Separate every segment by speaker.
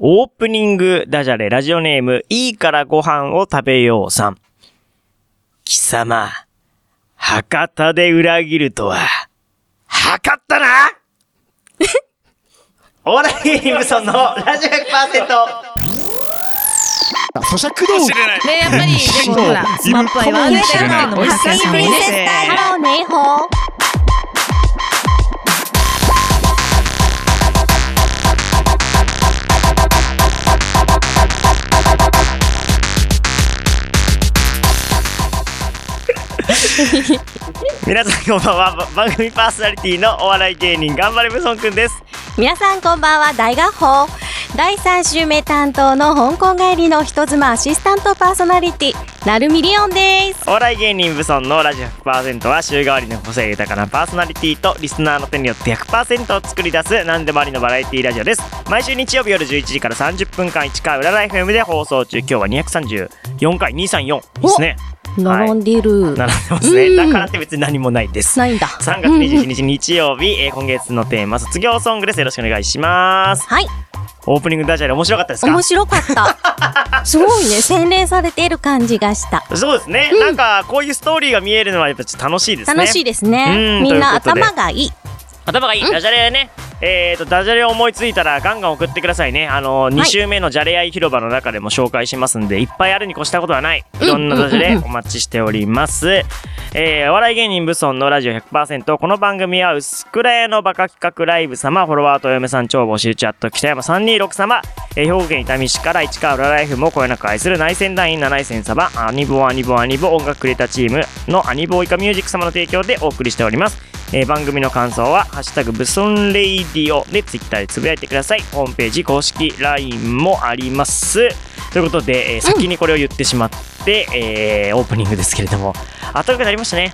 Speaker 1: オープニングダジャレラジオネーム、いいからご飯を食べようさん。貴様、博多で裏切るとは、博多なオーライリムソンのラジオ100%。
Speaker 2: あ咀嚼道具
Speaker 3: 知れない。
Speaker 4: ね、やっぱり、でもほら、スマップは言わないけど、のも博士もね。
Speaker 5: ハローネイホー。
Speaker 1: 皆さんこんばんは。ば番組パーソナリティのお笑い芸人、頑張れブソンくんです。
Speaker 5: 皆さんこんばんは、大学法。第3週目担当の香港帰りの人妻アシスタントパーソナリティ、なるみりおんです。
Speaker 1: お笑い芸人ブソンのラジオ100%は週替わりの個性豊かなパーソナリティとリスナーの手によって100%を作り出す何でもありのバラエティラジオです毎週日曜日夜11時から30分間1回裏ライフ M で放送中今日は234回234ですね
Speaker 5: 並んでる。
Speaker 1: 並んでますね
Speaker 5: うん
Speaker 1: だからって別に何もない です
Speaker 5: ないんだ。
Speaker 1: 3月21日日曜日、えー今月のテーマ卒業ソングですよろしくお願いします
Speaker 5: はい、
Speaker 1: オープニングダジャレ面白かったですか
Speaker 5: 面白 かった。すごいね、洗練されている感じがした。
Speaker 1: そうですね、なんかこういうストーリーが見えるのはやっぱちょっと楽しいですね
Speaker 5: 楽しいですね。
Speaker 1: うん
Speaker 5: みんな
Speaker 1: ということで
Speaker 5: 頭がいい。
Speaker 1: 頭がいいダジャレねえー、とダジャレを思いついたらガンガン送ってくださいねあのー、2週目のじゃれ合い広場の中でも紹介しますんでいっぱいあるに越したことはないいろんなダジャレお待ちしております、えー、お笑い芸人ブソンのラジオ100%この番組は薄暗屋のバカ企画ライブ様フォロワーとお嫁さん超募集チャット北山326様、えー、兵庫県伊丹市から市川浦ライフもこよなく愛する内戦団員七井戦様アニボアニボアニボ音楽クリエイターチームのアニボイカミュージック様の提供でお送りしておりますえー番組の感想は「ハッシュタグブソンレイディオ」でツイッターでつぶやいてくださいホームページ公式 LINE もありますということで、えー先にこれを言ってしまって、えーオープニングですけれども暖かくなりましたね、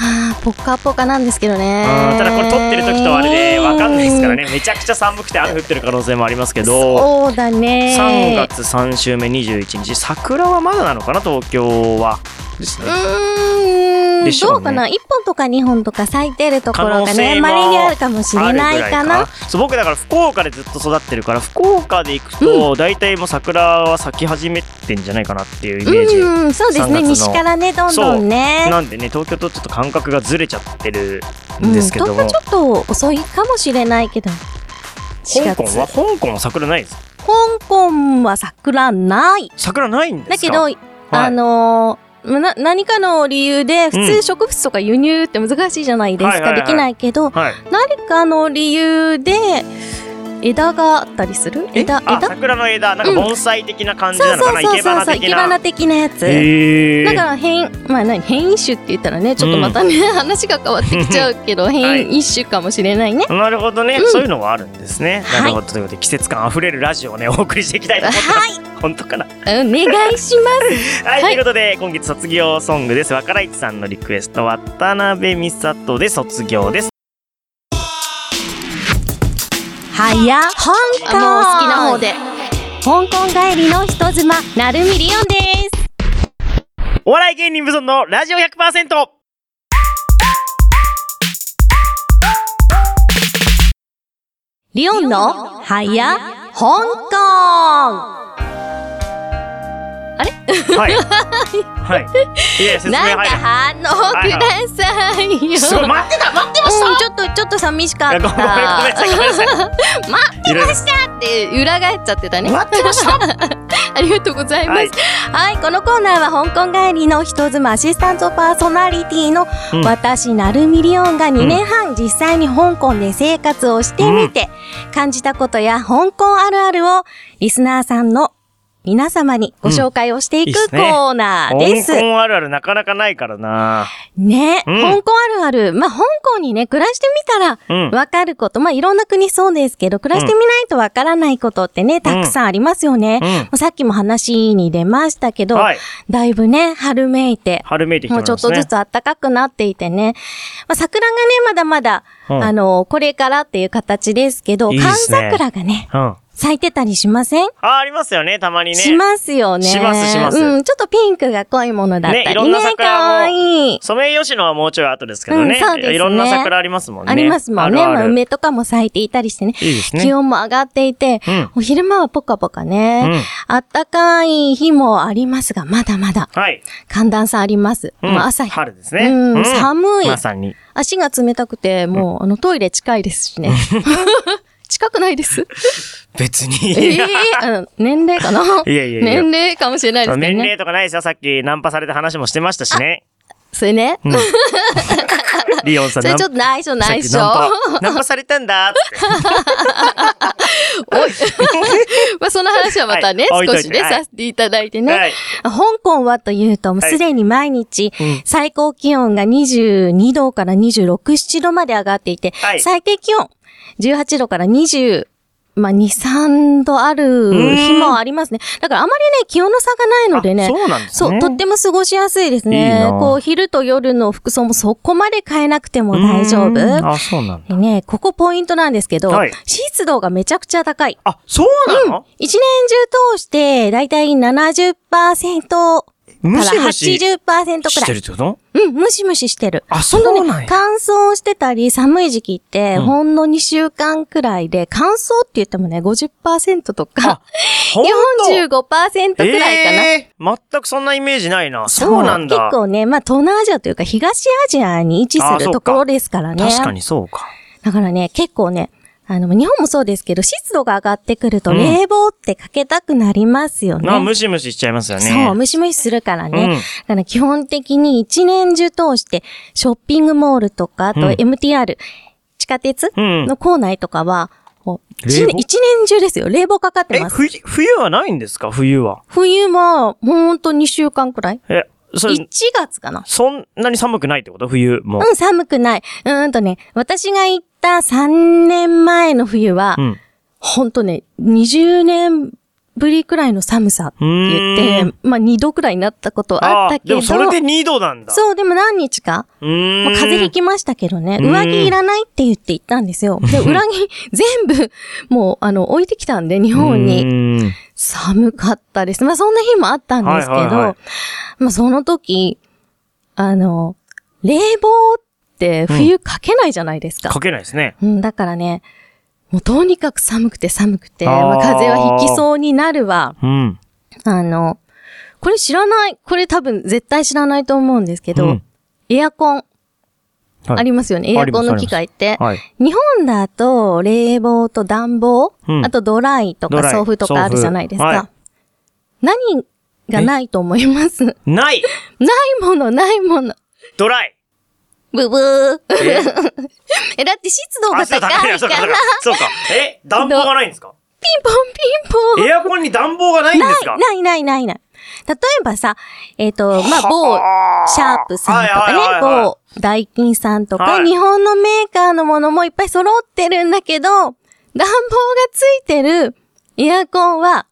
Speaker 5: あーポッカポカなんですけどね
Speaker 1: うん。ただこれ撮ってる時とあれで分かんないですからねめちゃくちゃ寒くて雨降ってる可能性もありますけど
Speaker 5: そうだ
Speaker 1: 3
Speaker 5: ね。
Speaker 1: 月3週目21日桜はまだなのかな東京はですね
Speaker 5: うーん、
Speaker 1: でしょうね
Speaker 5: どうかな1本とか2本とか咲いてるところ
Speaker 1: 可能
Speaker 5: が
Speaker 1: 性
Speaker 5: ね
Speaker 1: も
Speaker 5: まれにあるかもしれないか
Speaker 1: あるぐらい
Speaker 5: な
Speaker 1: そう僕だから福岡でずっと育ってるから福岡で行くと大体もう桜は咲き始めてんじゃないかなっていうイメージ、
Speaker 5: うんそうです
Speaker 1: 3月
Speaker 5: ね
Speaker 1: の
Speaker 5: 西からねどんどんね
Speaker 1: なんでね東京とちょっと感覚がずれちゃってる
Speaker 5: うん
Speaker 1: んですけども、
Speaker 5: 東京ちょっと遅いかもしれないけど4
Speaker 1: 香
Speaker 5: 月
Speaker 1: 港は香港は桜ないです
Speaker 5: 香港は桜ない
Speaker 1: 桜ないんで
Speaker 5: だ
Speaker 1: す
Speaker 5: け
Speaker 1: か
Speaker 5: ど、
Speaker 1: はい
Speaker 5: あのーな何かの理由で普通植物とか輸入って難しいじゃないですか、
Speaker 1: はいはいはい
Speaker 5: できないけど
Speaker 1: はい、
Speaker 5: 何かの理由で枝があったりする枝
Speaker 1: あ
Speaker 5: 枝
Speaker 1: 桜の枝なんか
Speaker 5: うん
Speaker 1: 盆栽的な感じ
Speaker 5: そ
Speaker 1: な
Speaker 5: う
Speaker 1: のか
Speaker 5: そ
Speaker 1: な、
Speaker 5: うそう
Speaker 1: 生け
Speaker 5: そう
Speaker 1: 花
Speaker 5: そう生
Speaker 1: 的
Speaker 5: け
Speaker 1: な
Speaker 5: 花的なやつ、
Speaker 1: へー
Speaker 5: だから変まあ何変異種って言ったらねちょっとまたね、話が変わってきちゃう けど変異種かもしれないね。
Speaker 1: なるほどね、
Speaker 5: うん
Speaker 1: そういうのはあるんですね、
Speaker 5: はい
Speaker 1: なるほどということで季節感あふれるラジオをねお送りしていきたいと思ってます、本当かな
Speaker 5: お願いし ます。
Speaker 1: はい、
Speaker 5: はい
Speaker 1: ということで今月卒業ソングです若市さんのリクエスト渡辺美里で卒業です
Speaker 5: はや香港
Speaker 4: あもう好きな方で。
Speaker 5: 香港帰りの人妻なるみりおんです。
Speaker 1: お笑い芸人無存のラジオ100%
Speaker 5: りおんのはや香港。
Speaker 1: はいはいいや説明
Speaker 5: なんか
Speaker 1: はい
Speaker 5: 反応くださいよ。
Speaker 1: すごい待ってた待ってまし
Speaker 5: うんちょっとちょっと寂しか
Speaker 1: たい
Speaker 5: っ
Speaker 1: やごめんごめんな
Speaker 5: た
Speaker 1: さ。いごめんなさい
Speaker 5: 待ってましたって裏返っちゃってたね。
Speaker 1: 待ってました
Speaker 5: ありがとうございます。
Speaker 1: は
Speaker 5: はいい、このコーナーは香港帰りの人妻アシスタントパーソナリティの
Speaker 1: うん
Speaker 5: 私、なるみりおんが2年半実際に香港で生活をしてみて、感じたことや香港あるあるをリスナーさんの皆様にご紹介をして
Speaker 1: う
Speaker 5: い
Speaker 1: んいいっ
Speaker 5: く
Speaker 1: す
Speaker 5: コ
Speaker 1: ね
Speaker 5: ーナーです。
Speaker 1: 香港あるあるなかなかないからな
Speaker 5: ね、
Speaker 1: うん
Speaker 5: 香港あるある。まあ、香港にね、暮らしてみたら、
Speaker 1: うん
Speaker 5: わかること、まあ、いろんな国そうですけど、暮らしてみないとわからないことってね、たくさんありますよね。
Speaker 1: うん
Speaker 5: もうさっきも話に出ましたけど、
Speaker 1: はい
Speaker 5: だいぶね、春めいて、
Speaker 1: 春めいてきて
Speaker 5: も
Speaker 1: ま
Speaker 5: うちょっ
Speaker 1: す
Speaker 5: と
Speaker 1: ね
Speaker 5: ずつ暖かくなっていてね。まあ、桜がね、まだまだ、
Speaker 1: うん
Speaker 5: あの、これからっていう形ですけど、
Speaker 1: いいっ
Speaker 5: 寒
Speaker 1: すね
Speaker 5: 桜がね、
Speaker 1: うん
Speaker 5: 咲いてたりしません
Speaker 1: あー、ありますよね、たまにね。
Speaker 5: しますよね。
Speaker 1: しますします
Speaker 5: うん、ちょっとピンクが濃いものだった
Speaker 1: ね
Speaker 5: り
Speaker 1: い
Speaker 5: ね。
Speaker 1: ろんな桜も
Speaker 5: かわいい。
Speaker 1: ソメイヨシノはもうちょい後ですけどね。
Speaker 5: うんそうですね
Speaker 1: いろんな桜ありますもんね。
Speaker 5: ありますもんね。
Speaker 1: ある
Speaker 5: ま
Speaker 1: あ
Speaker 5: あ
Speaker 1: る
Speaker 5: 梅とかも咲いていたりしてね。
Speaker 1: いいですね。
Speaker 5: 気温も上がっていて、
Speaker 1: うん。
Speaker 5: お昼間はぽかぽかね。
Speaker 1: うん
Speaker 5: あったかい日もありますが、まだまだ
Speaker 1: はい。
Speaker 5: 寒暖差あります。
Speaker 1: うん
Speaker 5: まあ朝日、
Speaker 1: 春ですね。
Speaker 5: うん
Speaker 1: うん
Speaker 5: 寒い
Speaker 1: まさに。
Speaker 5: 足が冷たくて、もう、あのトイレ近いですしね。 近くないです。
Speaker 1: 別
Speaker 5: え
Speaker 1: に。
Speaker 5: えあの年齢かな
Speaker 1: いやいやいや
Speaker 5: 年齢かもしれないですけどね。
Speaker 1: 年齢とかないですよ。さっきナンパされた話もしてましたしね。
Speaker 5: それね。
Speaker 1: うんリオンさん
Speaker 5: それちょっ
Speaker 1: と
Speaker 5: と内緒内緒。
Speaker 1: ナンパナンパされたんだって。
Speaker 5: まあその話はまたね、
Speaker 1: はい
Speaker 5: 少
Speaker 1: 置いと
Speaker 5: しね、
Speaker 1: いてはい
Speaker 5: させていただいてね。
Speaker 1: はい。
Speaker 5: 香港はというと、もうすでに毎日、
Speaker 1: うん
Speaker 5: 最高気温が22度から26、7度まで上がっていて、
Speaker 1: はい
Speaker 5: 最低気温18度から20、まあ、2、3度ある日もありますね。だからあまりね、気温の差がないのでね
Speaker 1: あ。そうなんです
Speaker 5: そう、
Speaker 1: ね。
Speaker 5: とっても過ごしやすいですね。
Speaker 1: いいな
Speaker 5: こう、昼と夜の服装もそこまで変えなくても大丈
Speaker 1: う
Speaker 5: 夫。
Speaker 1: んあ、そうなんだ。
Speaker 5: でね、ここポイントなんですけど、
Speaker 1: はい
Speaker 5: 湿度がめちゃくちゃ高い。
Speaker 1: あ、そうなの
Speaker 5: 一年中通して、だいたい70%から
Speaker 1: ムシムシ
Speaker 5: 80%くらい。
Speaker 1: してるってこと
Speaker 5: うん、ムシムシしてる。
Speaker 1: あ、そ
Speaker 5: ほんと
Speaker 1: うなん
Speaker 5: ね、
Speaker 1: や。
Speaker 5: 乾燥してたり、寒い時期って、
Speaker 1: うん
Speaker 5: ほんの2週間くらいで、乾燥って言ってもね、50%とか、
Speaker 1: ほんと
Speaker 5: 45%くらいかな。
Speaker 1: えー全くそんなイメージないな。
Speaker 5: そう
Speaker 1: そうなんだ。
Speaker 5: 結構ね、まあ、東南アジアというか、東アジアに位置
Speaker 1: あ
Speaker 5: す
Speaker 1: ーそ
Speaker 5: る
Speaker 1: うか
Speaker 5: ところですからね。
Speaker 1: 確かにそうか。
Speaker 5: だからね、結構ね、あの、日本もそうですけど、湿度が上がってくると、
Speaker 1: うん
Speaker 5: 冷房ってかけたくなりますよね。
Speaker 1: な、ムシムシしちゃいますよね。
Speaker 5: そう、ムシムシするからね。
Speaker 1: うん
Speaker 5: だから基本的に一年中通して、ショッピングモールとか、あと
Speaker 1: うん
Speaker 5: MTR、地下鉄
Speaker 1: うん
Speaker 5: の構内とかは、もう一
Speaker 1: 冷
Speaker 5: 年
Speaker 1: 房
Speaker 5: 一年中ですよ。冷房かかって
Speaker 1: え、
Speaker 5: ます。
Speaker 1: 冬、冬はないんですか冬は。
Speaker 5: 冬も、ほんと2週間くらい
Speaker 1: え、それ
Speaker 5: ?1 月かな。
Speaker 1: そんなに寒くないってこと冬も。
Speaker 5: うん、寒くない。うーんとね、私が行った3年前の冬は、
Speaker 1: ん。
Speaker 5: ほんとね、20年ぶりくらいの寒さって言って、
Speaker 1: う
Speaker 5: まあ2度くらいになったことあったけ
Speaker 1: で
Speaker 5: ど、
Speaker 1: もそれで2度なんだ。う。
Speaker 5: そう、でも何日か
Speaker 1: ーん。
Speaker 5: まあ風邪ひきましたけどね、
Speaker 1: うん
Speaker 5: 上着いらないって言って行ったんですよ。で、裏着全部、もう、あの、置いてきたんで、日本に。
Speaker 1: に。
Speaker 5: 寒かったです。まあ、そんな日もあったんですけど、
Speaker 1: はいはいはい
Speaker 5: まあ、その時、あの、冷房って冬かけないじゃないですか
Speaker 1: か。けないですね。
Speaker 5: うん、だからね、もうとにかく寒くて寒くて、
Speaker 1: あー
Speaker 5: まあ、風邪はひきそうになるわ。
Speaker 1: うん。
Speaker 5: あの、これ知らない、これ多分絶対知らないと思うんですけど、
Speaker 1: うん
Speaker 5: エアコン、
Speaker 1: はい
Speaker 5: ありますよね。エ
Speaker 1: あ
Speaker 5: ア
Speaker 1: ります
Speaker 5: コンの機械って。
Speaker 1: はい。
Speaker 5: 日本だと冷房と暖房、
Speaker 1: うん
Speaker 5: あとドライと
Speaker 1: ド
Speaker 5: か
Speaker 1: ライ
Speaker 5: 送風とかあるじゃないですか。
Speaker 1: 送風は
Speaker 5: 何がないと思いますない
Speaker 1: ない
Speaker 5: もの、ないもの。
Speaker 1: ドライ
Speaker 5: ブブー。
Speaker 1: え
Speaker 5: え、だって湿度
Speaker 1: あ
Speaker 5: が
Speaker 1: そう
Speaker 5: 高
Speaker 1: だ高い
Speaker 5: い
Speaker 1: なそう
Speaker 5: か、
Speaker 1: から高いそうか。え暖房がないんですか
Speaker 5: ピンポンピンポン。
Speaker 1: エアコンに暖房がないんですか
Speaker 5: ないないないない。例えばさ、えっ、と、まあ、某、シャープさんと
Speaker 1: は
Speaker 5: かね
Speaker 1: いはい、はいはい
Speaker 5: 某、ダイキンさんとか、
Speaker 1: はい
Speaker 5: 日本のメーカーのものもいっぱい揃ってるんだけど、暖房がついてるエアコンは、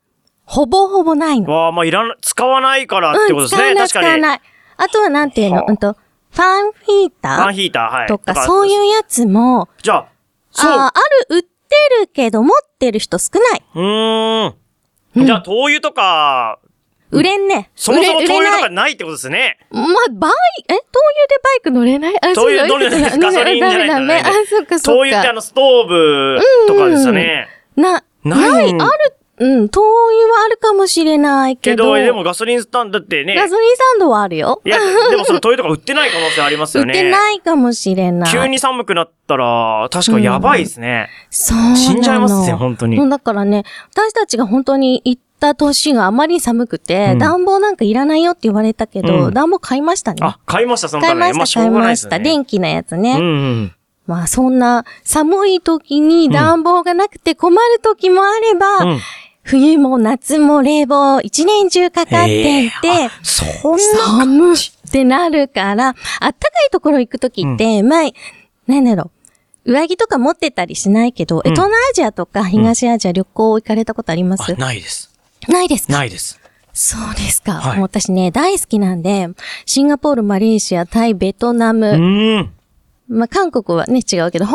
Speaker 5: ほぼほぼないの。
Speaker 1: わあ、まあ、いらな、使わないからってこ
Speaker 5: う
Speaker 1: と
Speaker 5: ん、
Speaker 1: です
Speaker 5: 使わ
Speaker 1: ね。
Speaker 5: ない
Speaker 1: 確
Speaker 5: 使
Speaker 1: か
Speaker 5: わ
Speaker 1: に。
Speaker 5: ない。あとはなんていうの、うんと、ファンヒー
Speaker 1: ファン
Speaker 5: タ
Speaker 1: ヒーター、は
Speaker 5: ー
Speaker 1: い。
Speaker 5: とか、そう
Speaker 1: う。
Speaker 5: いうやつも、
Speaker 1: じゃあ、そう。
Speaker 5: あーある、売ってるけど、持ってる人少ない。
Speaker 1: うーん。
Speaker 5: うん
Speaker 1: じゃあ、灯油とか、
Speaker 5: 売れんね。
Speaker 1: そもそも
Speaker 5: 売れ
Speaker 1: 灯
Speaker 5: 売れ
Speaker 1: 油
Speaker 5: ない
Speaker 1: とかないってことですね。
Speaker 5: まあ、バイ、え、灯油でバイク乗れないあ、
Speaker 1: 灯油
Speaker 5: そう
Speaker 1: 乗れないです
Speaker 5: ダメ
Speaker 1: ガソリンじゃない
Speaker 5: ダメダメ
Speaker 1: ダメ
Speaker 5: あ、そっか、そっか。
Speaker 1: 灯油ってあの、ストーブとかですよね。
Speaker 5: な、な
Speaker 1: ない
Speaker 5: い、ある、うん、灯油はあるかもしれないけ
Speaker 1: け
Speaker 5: ど。
Speaker 1: ど、でもガソリンスタンドだってね。
Speaker 5: ガソリンスタンドはあるよ。
Speaker 1: いや、でもその灯油とか売ってない可能性あります
Speaker 5: 売
Speaker 1: よ
Speaker 5: っ
Speaker 1: ね。
Speaker 5: てないかもしれない。
Speaker 1: 急に寒くなったら、確かやばいですね。
Speaker 5: そうなの。
Speaker 1: 死んじゃいますね本当に
Speaker 5: うんだからね、私たちが本当に行った年があまりに寒くて、
Speaker 1: うん
Speaker 5: 暖房なんかいらないよって言われたけど、
Speaker 1: うん
Speaker 5: 暖房買いましたね。
Speaker 1: あ、買いました、その
Speaker 5: 買
Speaker 1: た
Speaker 5: い
Speaker 1: め
Speaker 5: ま
Speaker 1: に。
Speaker 5: し
Speaker 1: まあ、
Speaker 5: た、
Speaker 1: しょ
Speaker 5: 買いう
Speaker 1: がない
Speaker 5: ま
Speaker 1: です
Speaker 5: し
Speaker 1: よ
Speaker 5: た。
Speaker 1: ね。
Speaker 5: 電気のやつね。
Speaker 1: うんうん。
Speaker 5: まあそんな寒い時に暖房がなくて困る時もあれば、
Speaker 1: うん
Speaker 5: 冬も夏も冷房一年中かかっていて、
Speaker 1: そんな。
Speaker 5: 寒ってなるから、あったかいところ行く時って、前、なんだろう、上着とか持ってったりしないけど、え
Speaker 1: うん
Speaker 5: 東南アジアとか東アジア旅行行かれたことあります、
Speaker 1: あないです。
Speaker 5: ないですか
Speaker 1: ないです。
Speaker 5: そうですか。
Speaker 1: はい
Speaker 5: もう私ね、大好きなんで、シンガポール、マレーシア、タイ、ベトナム、
Speaker 1: うーん。
Speaker 5: まあ、韓国はね、違うけど、香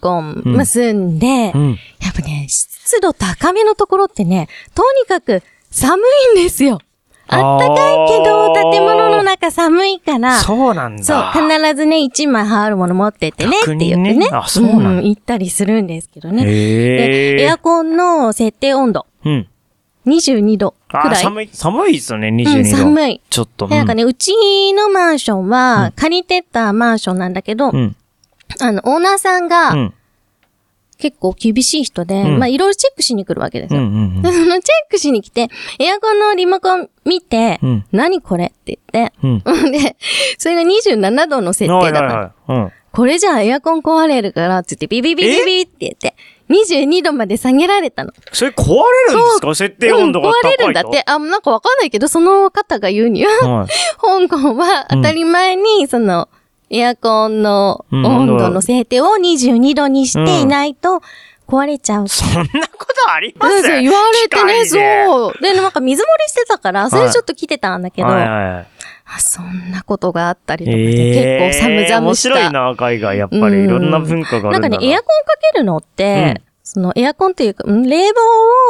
Speaker 5: 港、
Speaker 1: うん
Speaker 5: まあ、住んで、
Speaker 1: うん。
Speaker 5: やっぱね、湿度高めのところってね、とにかく寒いんですよ。あったかいけど、
Speaker 1: あー
Speaker 5: 建物の中寒いから、
Speaker 1: そうなんだ。
Speaker 5: そう、必ずね、一枚羽織るもの持ってってね、って
Speaker 1: 逆
Speaker 5: 言
Speaker 1: に
Speaker 5: っ
Speaker 1: ね
Speaker 5: てね、
Speaker 1: あそうなんだ
Speaker 5: ん行ったりするんですけどね。
Speaker 1: へ
Speaker 5: で、
Speaker 1: え。
Speaker 5: エアコンの設定温度、
Speaker 1: うん。
Speaker 5: 22度く
Speaker 1: あー
Speaker 5: らい。
Speaker 1: 寒い、寒いですよね、22
Speaker 5: う
Speaker 1: 度。
Speaker 5: ん寒い
Speaker 1: ちょっと。
Speaker 5: でなんかね、うちのマンション
Speaker 1: うん
Speaker 5: は、借りてたマンションなんだけど、
Speaker 1: うん。うん。
Speaker 5: あの、オーナーさん
Speaker 1: う
Speaker 5: が
Speaker 1: ん。
Speaker 5: 結構厳しい人で、
Speaker 1: うん
Speaker 5: まあ、いろいろチェックしに来るわけです
Speaker 1: うん
Speaker 5: よ。
Speaker 1: うん
Speaker 5: でそのチェックしに来て、エアコンのリモコン見て、
Speaker 1: うん
Speaker 5: 何これって言って、
Speaker 1: うん。
Speaker 5: で、それが27度の設
Speaker 1: お
Speaker 5: 定
Speaker 1: い
Speaker 5: だ
Speaker 1: お
Speaker 5: っ
Speaker 1: い
Speaker 5: たの。
Speaker 1: おいうん。
Speaker 5: これじゃあエアコン壊れるから、つってビビビビビって言って、22度まで下げられたの。
Speaker 1: それ壊れるんですか設定温度が
Speaker 5: うん
Speaker 1: 高い
Speaker 5: 壊
Speaker 1: と。
Speaker 5: れるんだって。あ、なんかわかんないけど、その方が言うには、
Speaker 1: はい。
Speaker 5: 香港は当たり前に、その、エアコンの
Speaker 1: うん
Speaker 5: 温度の設定を22度にしていないと壊れちゃう。
Speaker 1: そんなことありま
Speaker 5: そう
Speaker 1: す
Speaker 5: そう言われてね、
Speaker 1: う。
Speaker 5: そう。で、なんか水漏れしてたから、それちょっと来てたんだけど、
Speaker 1: はいはいはい。
Speaker 5: あそんなことがあったりとか
Speaker 1: え
Speaker 5: ね、
Speaker 1: ー
Speaker 5: 結構寒々した。
Speaker 1: 面白いな、海外。やっぱり
Speaker 5: うん
Speaker 1: いろんな文化があ
Speaker 5: な
Speaker 1: る
Speaker 5: ん
Speaker 1: んだ
Speaker 5: かね、エアコンかけるのって、
Speaker 1: うん
Speaker 5: そのエアコンというか、ん冷
Speaker 1: う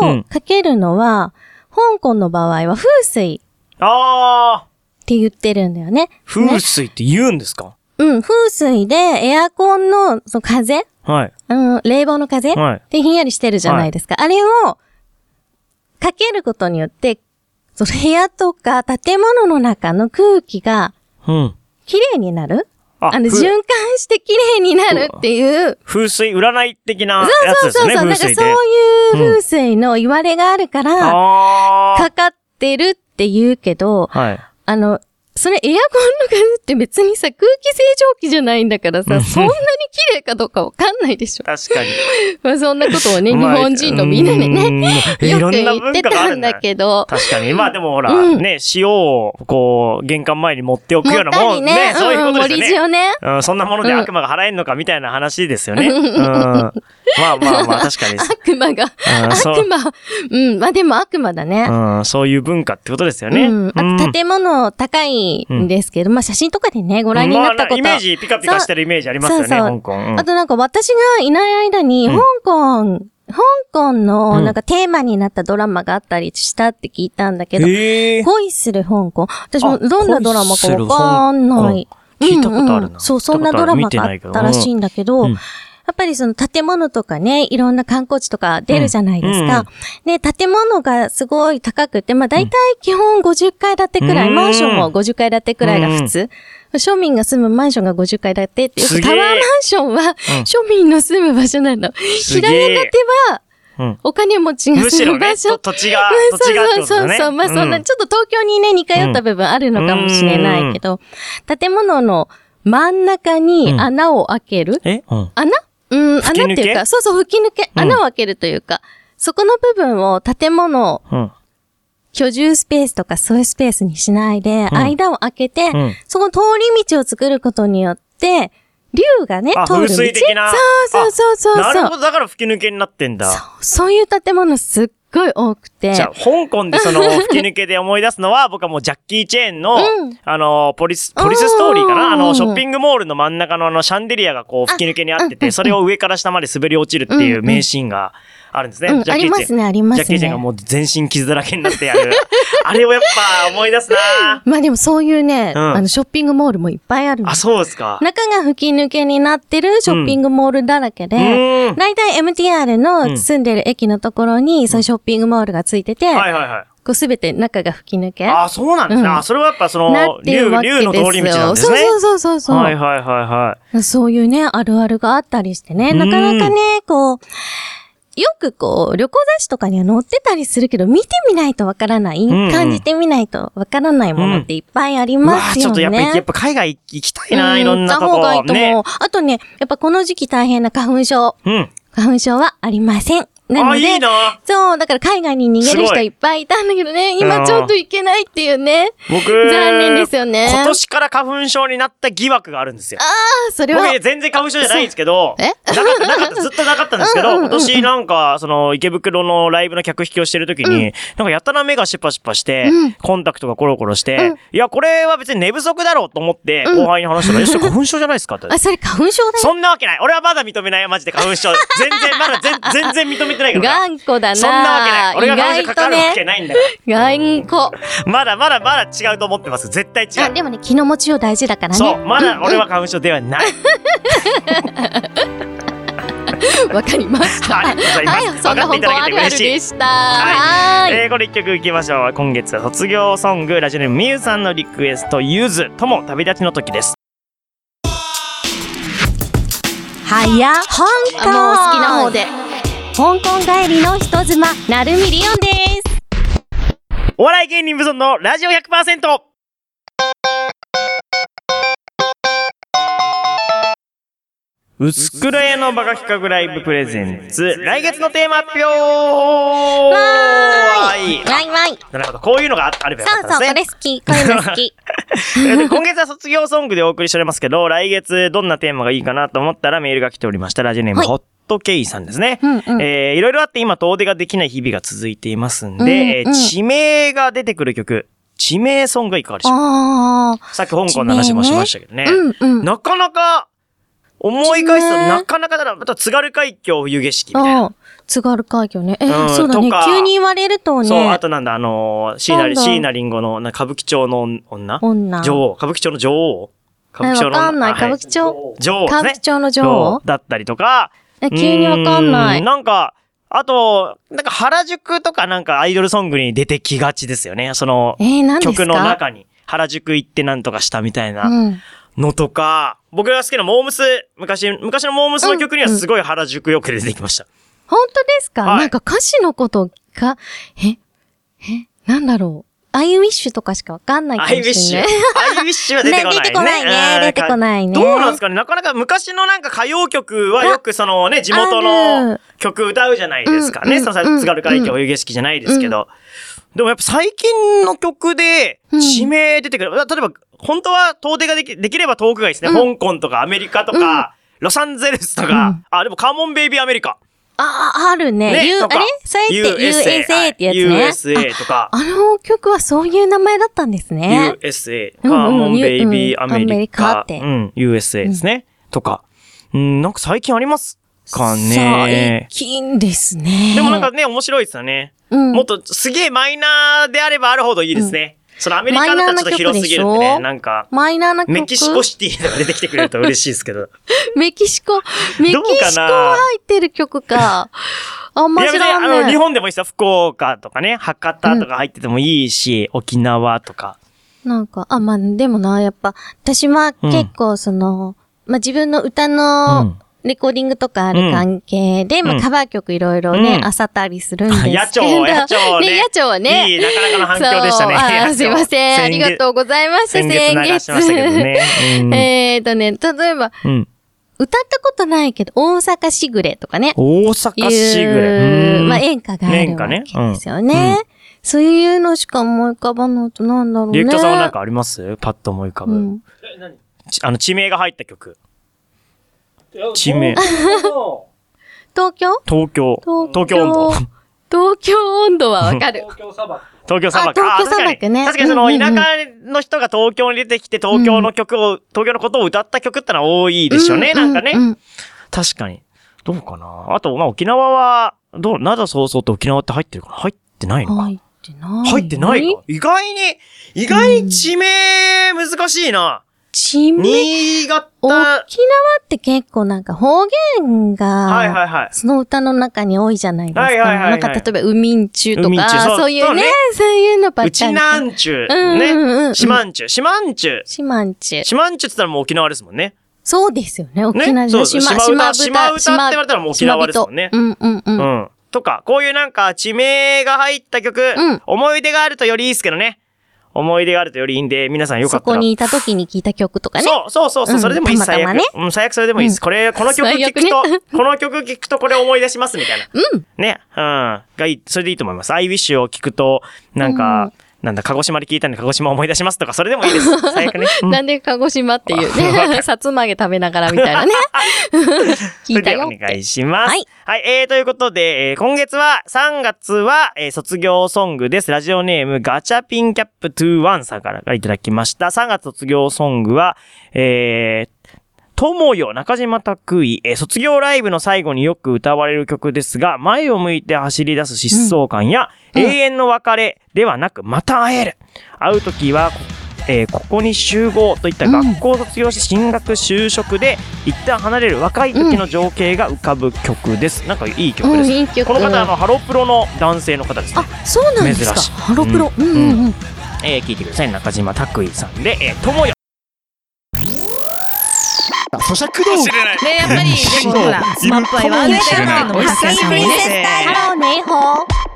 Speaker 5: 房
Speaker 1: ん
Speaker 5: をかけるのは、香港の場合は風水
Speaker 1: あ
Speaker 5: って言ってるんだよね。
Speaker 1: ー風
Speaker 5: ね
Speaker 1: 水って言うんですか
Speaker 5: うん、風水でエアコンのその風、
Speaker 1: はい。
Speaker 5: うん、冷房の風、
Speaker 1: はい
Speaker 5: でひんやりしてるじゃないですか。あれをかけることによって、その部屋とか建物の中の空気が
Speaker 1: うん。
Speaker 5: 綺麗になる
Speaker 1: あ
Speaker 5: あの、
Speaker 1: ふ
Speaker 5: 循環して綺麗になるっていう
Speaker 1: 風水、占い的なやつ
Speaker 5: そう
Speaker 1: ですよ
Speaker 5: そう
Speaker 1: ね、
Speaker 5: そう、な
Speaker 1: 風
Speaker 5: んかそ
Speaker 1: 水
Speaker 5: ういう
Speaker 1: で。
Speaker 5: 風水の言われがあるから、
Speaker 1: あ
Speaker 5: かかってるって言うけど、
Speaker 1: あ。はい。
Speaker 5: あの、それエアコンの風って別にさ、空気清浄機じゃないんだから
Speaker 1: うん
Speaker 5: さ、そんなに綺麗かどうかわかんないでしょ。
Speaker 1: 確かに。
Speaker 5: まあそんなことをね、日
Speaker 1: まあ
Speaker 5: 本人のみんなでね、
Speaker 1: うん
Speaker 5: よ
Speaker 1: いろ
Speaker 5: く
Speaker 1: んな
Speaker 5: 言っ
Speaker 1: 文
Speaker 5: て
Speaker 1: 化があ
Speaker 5: た
Speaker 1: る
Speaker 5: ん
Speaker 1: んだ
Speaker 5: だ
Speaker 1: けど。
Speaker 5: けど、
Speaker 1: 確かに。まあでもほら、
Speaker 5: うん
Speaker 1: ね、塩を、こう、玄関前に持っておく
Speaker 5: も
Speaker 1: よ
Speaker 5: っ
Speaker 1: うな
Speaker 5: た
Speaker 1: も
Speaker 5: り
Speaker 1: ん
Speaker 5: ね
Speaker 1: ね、、そういう
Speaker 5: う
Speaker 1: こ
Speaker 5: ん、
Speaker 1: とです
Speaker 5: 森
Speaker 1: よね。
Speaker 5: 塩
Speaker 1: う
Speaker 5: ね。
Speaker 1: ん、そんなもので
Speaker 5: うん
Speaker 1: 悪魔が払えんのかみたいな話ですよね。うん。まあまあまあ、確 かにです。
Speaker 5: 悪魔が、
Speaker 1: うんそう
Speaker 5: 悪魔、うん、まあでも悪魔だね。
Speaker 1: うん、そういう文化ってことですよね。
Speaker 5: うん。あと建物高いんですけど、まあ写真とかでね、ご覧になったこと。
Speaker 1: まあイメージ、ピカピカしてるイメージありますよね、
Speaker 5: そうそう
Speaker 1: 香港。うん
Speaker 5: あとなんか私がいない間に、
Speaker 1: うん
Speaker 5: 香港、香港
Speaker 1: う
Speaker 5: の
Speaker 1: ん
Speaker 5: なんかテーマになったドラマがあったりしたって聞いたんだけど、
Speaker 1: へえ
Speaker 5: 恋する香港。私
Speaker 1: あ
Speaker 5: もどんなドラマかわかんない。
Speaker 1: 恋する香港聞いたことあるな
Speaker 5: うんうんそう、そんなドラマがあったらしいんだけど、
Speaker 1: うんうん
Speaker 5: やっぱりその建物とかね、いろんな観光地とか出るじゃないですか。ね、建物がすごい高くて、まあ大体基本50階建てくらい、
Speaker 1: うん
Speaker 5: マンションも50階建てくらいが普通。庶民が住むマンションが50階建てっていう
Speaker 1: すげえ
Speaker 5: タワーマンションは庶民の住む場所なの。
Speaker 1: すげ
Speaker 5: 平
Speaker 1: え
Speaker 5: 屋建ては
Speaker 1: うん
Speaker 5: お金持ちが
Speaker 1: むし
Speaker 5: 住
Speaker 1: ろ
Speaker 5: む
Speaker 1: ね、
Speaker 5: 場所
Speaker 1: と土地が、
Speaker 5: うん
Speaker 1: 土地がってこと
Speaker 5: そ
Speaker 1: だ
Speaker 5: うそ
Speaker 1: ね。
Speaker 5: うそう。まあそんな、
Speaker 1: うん
Speaker 5: ちょっと東京にね、似通った部分あるのかもしれないけど、建物の真ん中に穴を開ける、
Speaker 1: えうん
Speaker 5: 穴うん、穴っ
Speaker 1: 吹き抜け
Speaker 5: ていうか、そうそう、吹き抜け、
Speaker 1: うん
Speaker 5: 穴を開けるというか、そこの部分を建物、
Speaker 1: うん。
Speaker 5: 居住スペースとかそういうスペースにしないで、
Speaker 1: うん
Speaker 5: 間を開けて、
Speaker 1: うん
Speaker 5: そこの通り道を作ることによって、竜がね
Speaker 1: あ、
Speaker 5: 通る道。
Speaker 1: 風水的な
Speaker 5: そうそうそうそう
Speaker 1: な
Speaker 5: そ
Speaker 1: る
Speaker 5: う
Speaker 1: ほ。ど、だから吹き抜けになってんだ。
Speaker 5: そういう建物すっごい多くて。
Speaker 1: じゃあ、香港で その、吹き抜けで思い出すのは、僕はもうジャッキー・チェーンの
Speaker 5: うん、
Speaker 1: あの、ポリス、ポリスストーリーか
Speaker 5: う
Speaker 1: なあ
Speaker 5: ん
Speaker 1: の、ショッピングモールの真ん中のあの、シャンデリアがこう、吹き抜けにあってて、それを上から下まで滑り落ちるっていう名シーンがあるんですね。
Speaker 5: うん、
Speaker 1: ジャ
Speaker 5: あ
Speaker 1: ッキ
Speaker 5: り
Speaker 1: ー・チェ
Speaker 5: ま
Speaker 1: ーン。
Speaker 5: すね、あります
Speaker 1: ジ
Speaker 5: ね。
Speaker 1: ャッキーちゃんがもう全身傷だらけになってやる。 あれをやっぱ思い出すな
Speaker 5: まあでもそういうね、
Speaker 1: うん
Speaker 5: あのショッピングモールもいっぱいあるの
Speaker 1: あ、そうですか。
Speaker 5: 中が吹き抜けになってるショッピングモールだらけで、
Speaker 1: うーん。
Speaker 5: だいたい MTR
Speaker 1: うん
Speaker 5: の住んでる駅のところに、そういうショッピングモールがついてて、
Speaker 1: はいはいはい。
Speaker 5: こうすべて中が吹き抜け
Speaker 1: あ、そうなんですね。
Speaker 5: うん
Speaker 1: あ、それはやっぱそ
Speaker 5: な
Speaker 1: の
Speaker 5: っ、て
Speaker 1: 竜
Speaker 5: る、わけで
Speaker 1: 竜の
Speaker 5: すよ。
Speaker 1: 通り道なんです
Speaker 5: そう
Speaker 1: ね。
Speaker 5: そうそうそうそう、
Speaker 1: はいはいはいは
Speaker 5: そういうね、あるあるがあったりしてね、
Speaker 1: うん
Speaker 5: なかなかね、こう、よくこう、旅行雑誌とかには載ってたりするけど、見てみないとわからない、
Speaker 1: んうん
Speaker 5: 感じてみないとわからないものっていっぱいあり
Speaker 1: い。うわ
Speaker 5: ま
Speaker 1: あ
Speaker 5: す
Speaker 1: ちょ
Speaker 5: よ
Speaker 1: っと
Speaker 5: ね。
Speaker 1: やっぱ、やっぱ海外行きたいな、
Speaker 5: うん
Speaker 1: いろんなと
Speaker 5: 行った方がいい
Speaker 1: こ。
Speaker 5: と思う。
Speaker 1: ね。
Speaker 5: あとね、やっぱこの時期大変な花粉症。
Speaker 1: うん。
Speaker 5: 花粉症はありません。なの
Speaker 1: あ、い
Speaker 5: で、
Speaker 1: いな
Speaker 5: そう、だから海外に逃げる
Speaker 1: すご
Speaker 5: 人
Speaker 1: い
Speaker 5: いっぱいいたんだけどね、今ちょっと行けないっていうね。
Speaker 1: 僕、
Speaker 5: 残念ですよね。
Speaker 1: 今年から花粉症になった疑惑があるんですよ。
Speaker 5: あそれは
Speaker 1: 僕、ね、全然花粉症じゃないんですけど、
Speaker 5: え
Speaker 1: なかった、なかった、ずっとなかったんですけど、今年なんか、その、池袋のライブの客引きをしてる時に、なんかやたら目がシュパシュパして、コンタクトがコロコロして、いや、これは別に寝不足だろうと思って、後輩に話し たら、え、それ花粉症じゃないですかって。
Speaker 5: あ、それ花粉症だよ。
Speaker 1: そんなわけない。俺はまだ認めないよ、マジで花粉症。全然、まだ全全然認めてないから。
Speaker 5: 頑固だな
Speaker 1: そんなわけない。俺が花粉症かかるわけないんだから。
Speaker 5: 意外とね。
Speaker 1: まだまだまだ違うと思ってます。絶対違
Speaker 5: 頑固。あ、
Speaker 1: う。
Speaker 5: でもね、気の持ちよう大事だから
Speaker 1: そう、
Speaker 5: ね。
Speaker 1: まだ俺は花粉症では ない。
Speaker 5: わかりました。
Speaker 1: ありがとうございます
Speaker 5: はい、そんな
Speaker 1: わかって
Speaker 5: 本
Speaker 1: いた
Speaker 5: 当
Speaker 1: だ
Speaker 5: あ
Speaker 1: けて
Speaker 5: るあ
Speaker 1: 嬉
Speaker 5: る
Speaker 1: しい
Speaker 5: でした。
Speaker 1: は
Speaker 5: はーい。
Speaker 1: えー、これ一曲いきましょう。今月は卒業ソング、ラジオネームみゆさんのリクエスト、ゆずとも旅立ちの時です。
Speaker 5: はや、香港。
Speaker 4: もう好きな方。で。
Speaker 5: 香港帰りの人妻、なるみりおんです。
Speaker 1: お笑い芸人無尊のラジオ 100%! 薄倉屋のバカ企画ライブプレゼンツ、来月のテーマ発表はい
Speaker 5: わいわい。
Speaker 1: なるほど、こういうのがああればよかっ
Speaker 5: そう
Speaker 1: た
Speaker 5: そう、
Speaker 1: です
Speaker 5: こ
Speaker 1: ね
Speaker 5: れ。好き、これも好き。
Speaker 1: えーで今月は卒業ソングでお送りしておりますけど、来月どんなテーマがいいかなと思ったらメールが来ておりました。ラジオネーム、
Speaker 5: はい
Speaker 1: ホットケイさんですね。
Speaker 5: うんうん
Speaker 1: えーいろいろあって今遠出ができない日々が続いていますんで、
Speaker 5: うんうん
Speaker 1: えー地名が出てくる曲、地名ソングはいかがでしょう
Speaker 5: あ
Speaker 1: かさっき香港の話もしましたけどね。
Speaker 5: あ。うんうん。
Speaker 1: なかなか、思い返すと
Speaker 5: 地名
Speaker 1: なかなかだな、また津軽海峡湯景色みたい
Speaker 5: あ
Speaker 1: な。
Speaker 5: あ、津軽海峡ね。え
Speaker 1: う
Speaker 5: ー、
Speaker 1: ん
Speaker 5: そうだね
Speaker 1: とか。
Speaker 5: 急に言われるとね。
Speaker 1: そう、あとなんだ、あのー、椎
Speaker 5: なん
Speaker 1: 名、
Speaker 5: だ
Speaker 1: 椎名林檎の、な歌舞伎町の女
Speaker 5: 女。
Speaker 1: 女王。歌舞伎町の女王歌
Speaker 5: え
Speaker 1: 舞伎町の
Speaker 5: わ
Speaker 1: 女
Speaker 5: かんない。
Speaker 1: は
Speaker 5: 歌舞伎町。
Speaker 1: 女王で
Speaker 5: 歌
Speaker 1: す
Speaker 5: 舞
Speaker 1: ね
Speaker 5: 伎。町の女王
Speaker 1: そうだったりとか。
Speaker 5: え、急にわかんな
Speaker 1: うー
Speaker 5: い。
Speaker 1: なんか、あと、なんか原宿とかなんかアイドルソングに出てきがちですよね。その
Speaker 5: えー、何ですか
Speaker 1: 曲の中に。原宿行ってなんとかしたみたいな
Speaker 5: うん。
Speaker 1: のとか、僕が好きなモームス、昔、昔のモームスの曲にはすごい原宿よく出てきました。
Speaker 5: 本当ですか、
Speaker 1: はい
Speaker 5: なんか歌詞のことが、え、え、なんだろう。アイウィッシュとかしかわかんないかも
Speaker 1: アイウィッ
Speaker 5: し
Speaker 1: シュ。ア
Speaker 5: れない。
Speaker 1: イウィッシュは出てこないね。
Speaker 5: ね出てこない
Speaker 1: う
Speaker 5: ね
Speaker 1: んど
Speaker 5: 出てこないね
Speaker 1: うなんですかねなかなか昔のなんか歌謡曲はよくそのね、地元
Speaker 5: あ
Speaker 1: の
Speaker 5: る
Speaker 1: 曲歌うじゃないですかね。
Speaker 5: うん
Speaker 1: その
Speaker 5: うん
Speaker 1: 津軽海峡冬景色じゃないですけど。でもやっぱ最近の曲で地名出てくる。例えば、本当は遠出ができ、できれば遠くがいいですね。香港とかアメリカとか、ロサンゼルスとか。あ、でもカモンベイビーアメリカ。
Speaker 5: ああ、あるね。
Speaker 1: ね
Speaker 5: U-
Speaker 1: と
Speaker 5: あ
Speaker 1: か
Speaker 5: れそれって USA ってやつね。
Speaker 1: はい USA とか
Speaker 5: あ。あの曲はそういう名前だったんですね。
Speaker 1: USA、
Speaker 5: うんうん
Speaker 1: カーモンベイビ
Speaker 5: う
Speaker 1: ー
Speaker 5: ん
Speaker 1: アメ
Speaker 5: アメ
Speaker 1: リ
Speaker 5: リカ
Speaker 1: カ
Speaker 5: っ、
Speaker 1: う
Speaker 5: て
Speaker 1: ん、USA ですね。とか。うん、なんか最近ありますか
Speaker 5: 最
Speaker 1: ね。
Speaker 5: 近ですね。
Speaker 1: でもなんかね、面白いですよね。
Speaker 5: うん
Speaker 1: もっとすげえマイナーであればあるほどいいですね。そのアメリカだったらちょっと広すぎるんで
Speaker 5: マイ
Speaker 1: ね、
Speaker 5: ナーな曲でしょ
Speaker 1: なんか。
Speaker 5: マイナーな曲。
Speaker 1: メキシコシティとか出てきてくれると嬉しいですけど。
Speaker 5: メキシコ。メキシ
Speaker 1: どうか
Speaker 5: コ
Speaker 1: な
Speaker 5: 入ってる 曲か。あん
Speaker 1: い
Speaker 5: ま
Speaker 1: や
Speaker 5: 知
Speaker 1: 別に、
Speaker 5: ら
Speaker 1: あ
Speaker 5: んね。
Speaker 1: の、日本でもいいですよ。福岡とかね、博多とか入っててもいいし、沖縄とか。
Speaker 5: なんか、あ、まあ、でもな、やっぱ、私は
Speaker 1: うん
Speaker 5: 結構その、まあ、自分の歌
Speaker 1: う
Speaker 5: の
Speaker 1: ん
Speaker 5: レコーディングとかある関係で、ま
Speaker 1: うん
Speaker 5: あ、カバー曲いろいろね、
Speaker 1: うん
Speaker 5: あさったりするんですけど。
Speaker 1: 野鳥、野鳥ね。
Speaker 5: ね、 野鳥ね。
Speaker 1: いい、なかなかの反響でしたね。
Speaker 5: そうあーすいま せん。あ
Speaker 1: 先
Speaker 5: り
Speaker 1: 月
Speaker 5: がとうございました、
Speaker 1: 先月流しましたけど ね。うん、
Speaker 5: えーとね、例えば、
Speaker 1: うん
Speaker 5: 歌ったことないけど、大阪しぐれとかね。
Speaker 1: 大阪市ぐ
Speaker 5: い
Speaker 1: ら
Speaker 5: う
Speaker 1: い。
Speaker 5: まあ、演歌がある
Speaker 1: 演歌
Speaker 5: わ
Speaker 1: ね
Speaker 5: けですよ
Speaker 1: うんうん
Speaker 5: ね。そういうのしか思い浮かばないとなんだろうね。
Speaker 1: ゆきとさんはなんかありますパッと思い浮かぶ。
Speaker 5: うん
Speaker 1: ちあの、地名が入った曲。地名。
Speaker 5: 東京
Speaker 1: 東京。東
Speaker 5: 東
Speaker 1: 京温度。
Speaker 5: 東京温度はわかる。
Speaker 1: 東京砂漠。
Speaker 5: あ東京
Speaker 1: ー
Speaker 5: 砂漠ね
Speaker 1: 確かに確かに
Speaker 5: うんう
Speaker 1: そ
Speaker 5: んうん
Speaker 1: の、田舎の人が東京に出てきて、東京の曲を、東京のことを歌った曲ってのは多いでしょうね、なんかね。
Speaker 5: ううん
Speaker 1: 確かに。どうかなあと、まあ、沖縄は、どう、なだそうそうと沖縄って入ってるかな入ってないのか
Speaker 5: 入ってない。
Speaker 1: 入ってないか意外に、意外に地名難しいな。
Speaker 5: 地名。
Speaker 1: 新潟。
Speaker 5: 沖縄
Speaker 1: は
Speaker 5: って結構なんか方言
Speaker 1: い
Speaker 5: が、
Speaker 1: はいはい。
Speaker 5: その歌の中に多いじゃないですか。
Speaker 1: はいはいはいは
Speaker 5: ないんか例えば、ウミンチュと
Speaker 1: ウミンチュそ
Speaker 5: か、
Speaker 1: う
Speaker 5: そういうね
Speaker 1: そうね、
Speaker 5: そういうのばっかり。
Speaker 1: うちなんちゅう。
Speaker 5: うんうんうんう
Speaker 1: ね。
Speaker 5: ん
Speaker 1: しまんちゅう。しまんちゅう。
Speaker 5: シマンチュ。
Speaker 1: しまんちゅうって言ったらもう沖縄ですもんね。
Speaker 5: そうですよね。沖縄
Speaker 1: そ
Speaker 5: の
Speaker 1: う
Speaker 5: 島、
Speaker 1: 島
Speaker 5: 島
Speaker 1: 唄島唄っ
Speaker 5: 豚、
Speaker 1: て言われたらもう沖縄ですもんね
Speaker 5: 島人うんうん
Speaker 1: う
Speaker 5: うん。
Speaker 1: ん。とか、こういうなんか地名が入った曲
Speaker 5: うん、
Speaker 1: 思い出があるとよりいいですけどね。思い出があるとよりいいんで、皆さんよか
Speaker 5: そ
Speaker 1: った
Speaker 5: こ
Speaker 1: ら。
Speaker 5: にいた時に聞いた曲とかね。
Speaker 1: そうそうそうそう、
Speaker 5: うん
Speaker 1: それでもいいです、
Speaker 5: たま
Speaker 1: 最
Speaker 5: たま
Speaker 1: 悪、
Speaker 5: ね
Speaker 1: うん、最悪それでもいいです。これ、この曲
Speaker 5: 最
Speaker 1: 聴
Speaker 5: 悪
Speaker 1: く
Speaker 5: ね
Speaker 1: と、この曲聴くとこれ思い出しますみたいな。ね、うん。がいい、それでいいと思います。I wish を聴くと、なんか、なんだ、鹿児島で聴いたんで鹿児島を思い出しますとか、それでもいい です。最悪ね。うん
Speaker 5: なんで鹿児島っていうね。 さつま揚げ食べながらみたい なね。聞いたよ
Speaker 1: そ
Speaker 5: っ
Speaker 1: れでお願い
Speaker 5: て。
Speaker 1: します。は
Speaker 5: はいい。
Speaker 1: えー、ということで、えー今月は、3月は、えー卒業ソングです。ラジオネーム、ガチャピンキャップ21さんからいただきました。3月卒業ソングは、えー、友よ、中島拓衣、えー卒業ライブの最後によく歌われる曲ですが、前を向いて走り出す疾走感や、
Speaker 5: うん
Speaker 1: 永遠の別れではなく、また会える。会うときは、こえーここに集合といった学校を卒業し進学就職で一旦離れる若い時の情景が浮かぶ曲です、なんかいい曲
Speaker 5: う
Speaker 1: で
Speaker 5: ん、
Speaker 1: す、
Speaker 5: いい曲。
Speaker 1: この方あのハロプロの男性の方ですね
Speaker 5: あ、そうなんですか。
Speaker 1: 珍しい
Speaker 5: ハロプロ。
Speaker 1: う
Speaker 5: うんんうんうん。
Speaker 1: えー、聞いてください中島拓衣さんで「えー、友よ
Speaker 2: 咀嚼道
Speaker 3: 知れない。
Speaker 4: ね、やっぱり、でもほら、スマップアイワールド
Speaker 3: いるか
Speaker 4: やの
Speaker 3: も
Speaker 4: お久しぶりです。
Speaker 5: ハローネイホー。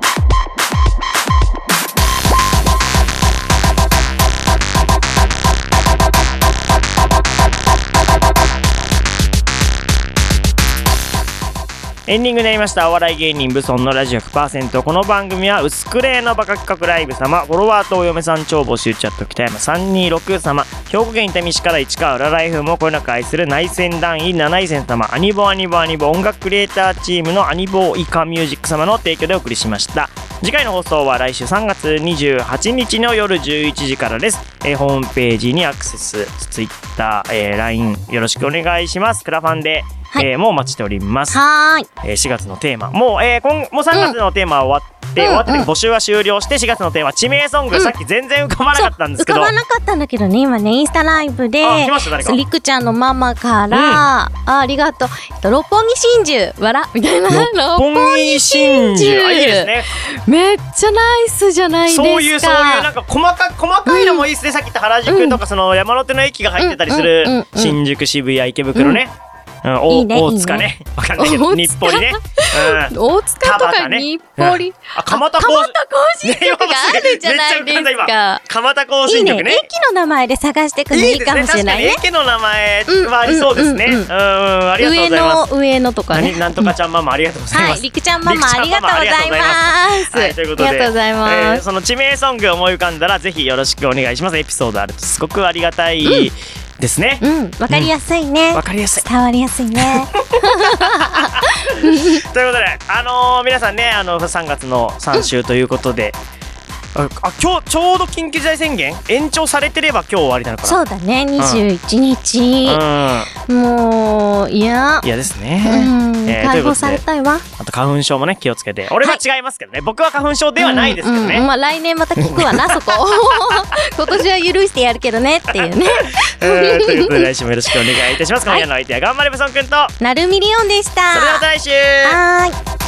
Speaker 1: エンディングになりました。お笑い芸人ブソンのラジオ100%。この番組は、薄くれーのバカ企画ライブ様、フォロワーとお嫁さん超募集チャット北山326様、兵庫県伊丹市から市川浦ライフもこよなく愛する内戦団員7位戦様、アニボアニボアニボ音楽クリエイターチームのアニボイカミュージック様の提供でお送りしました。次回の放送は来週3月28日の夜11時からです。えーホームページにアクセス、Twitter、えー LINE よろしくお願いします。クラファンで、
Speaker 5: はい
Speaker 1: えーもうお待ちしております。
Speaker 5: はーい。
Speaker 1: えー4月のテーマもう、えー、今もう3月のテーマは終わって、
Speaker 5: うん
Speaker 1: 終わって、
Speaker 5: うん
Speaker 1: 募集は終了して4月のテーマ地名ソング、
Speaker 5: うん
Speaker 1: さっき全然浮かばなかったんです
Speaker 5: 浮
Speaker 1: け
Speaker 5: か
Speaker 1: ど
Speaker 5: ばなかったんだけどね、今ね、インスタライブで
Speaker 1: あ来ました誰か、
Speaker 5: りくちゃんのママから、あありがとう、えっと六本木真珠、わら、みたいな。六
Speaker 1: 本木真珠あいいですね
Speaker 5: めっちゃナイスじゃないですか。
Speaker 1: そういうそういうなんか細か細かいのもいいですね、さっき言った原宿とかその山手の駅が入ってたりする、
Speaker 5: うんうんうんうん
Speaker 1: 新宿渋谷池袋ね、うんお
Speaker 5: いいね
Speaker 1: 大塚ねわかんないけど
Speaker 5: 大塚
Speaker 1: 日暮里ね、うん
Speaker 5: 大塚と
Speaker 1: 田
Speaker 5: か
Speaker 1: 端ね
Speaker 5: 日暮里、
Speaker 1: あ蒲田
Speaker 5: 蒲
Speaker 1: 甲子
Speaker 5: 田甲子局があるじゃないで
Speaker 1: め
Speaker 5: す
Speaker 1: っちゃ浮ん
Speaker 5: か。
Speaker 1: 蒲田甲
Speaker 5: いい
Speaker 1: 子
Speaker 5: ね、
Speaker 1: 局ね
Speaker 5: 駅の名前で探してくのいいかもしれない
Speaker 1: い
Speaker 5: ね
Speaker 1: い。ですね確かに駅の名前はありそうですね。う
Speaker 5: うんん
Speaker 1: う
Speaker 5: うんんうん
Speaker 1: うん、ありがとうご
Speaker 5: 上
Speaker 1: ざいま
Speaker 5: の
Speaker 1: す。
Speaker 5: 上のとかね
Speaker 1: 何。なんとかちゃんママありがとうございま
Speaker 5: は
Speaker 1: す。
Speaker 5: い、りくちゃんママありがとうございます。
Speaker 1: はい、ということで、
Speaker 5: ありがとうござい
Speaker 1: え
Speaker 5: ま
Speaker 1: ー
Speaker 5: す。
Speaker 1: その地名ソング思い浮かんだら、ぜひよろしくお願いします。エピソードあるとすごくありがたいですね。
Speaker 5: うん、わかりやすいね。
Speaker 1: わかりやすい。
Speaker 5: 伝わりやすいね。
Speaker 1: ということで、あのー皆さんね、あの3月の3週ということで、ああ今日ちょうど緊急事態宣言延長されてれば今日終わりなのかな。
Speaker 5: そうだね、二十一日、もういや
Speaker 1: うん、い、やですね。
Speaker 5: うん、
Speaker 1: えーということで
Speaker 5: 解放されたいわ。
Speaker 1: あと花粉症もね気をつけて俺は違いますけどね、僕は花粉症ではないですけどね、
Speaker 5: うんうんまあ来年また聞く わなそこ。 今年は許してやるけどねって いうね。
Speaker 1: えーということ で来週もよろしくお願いいたします、今夜のお相手は頑張れブソン君と
Speaker 5: なるみりおんでした。
Speaker 1: それではまた来週
Speaker 5: はーい。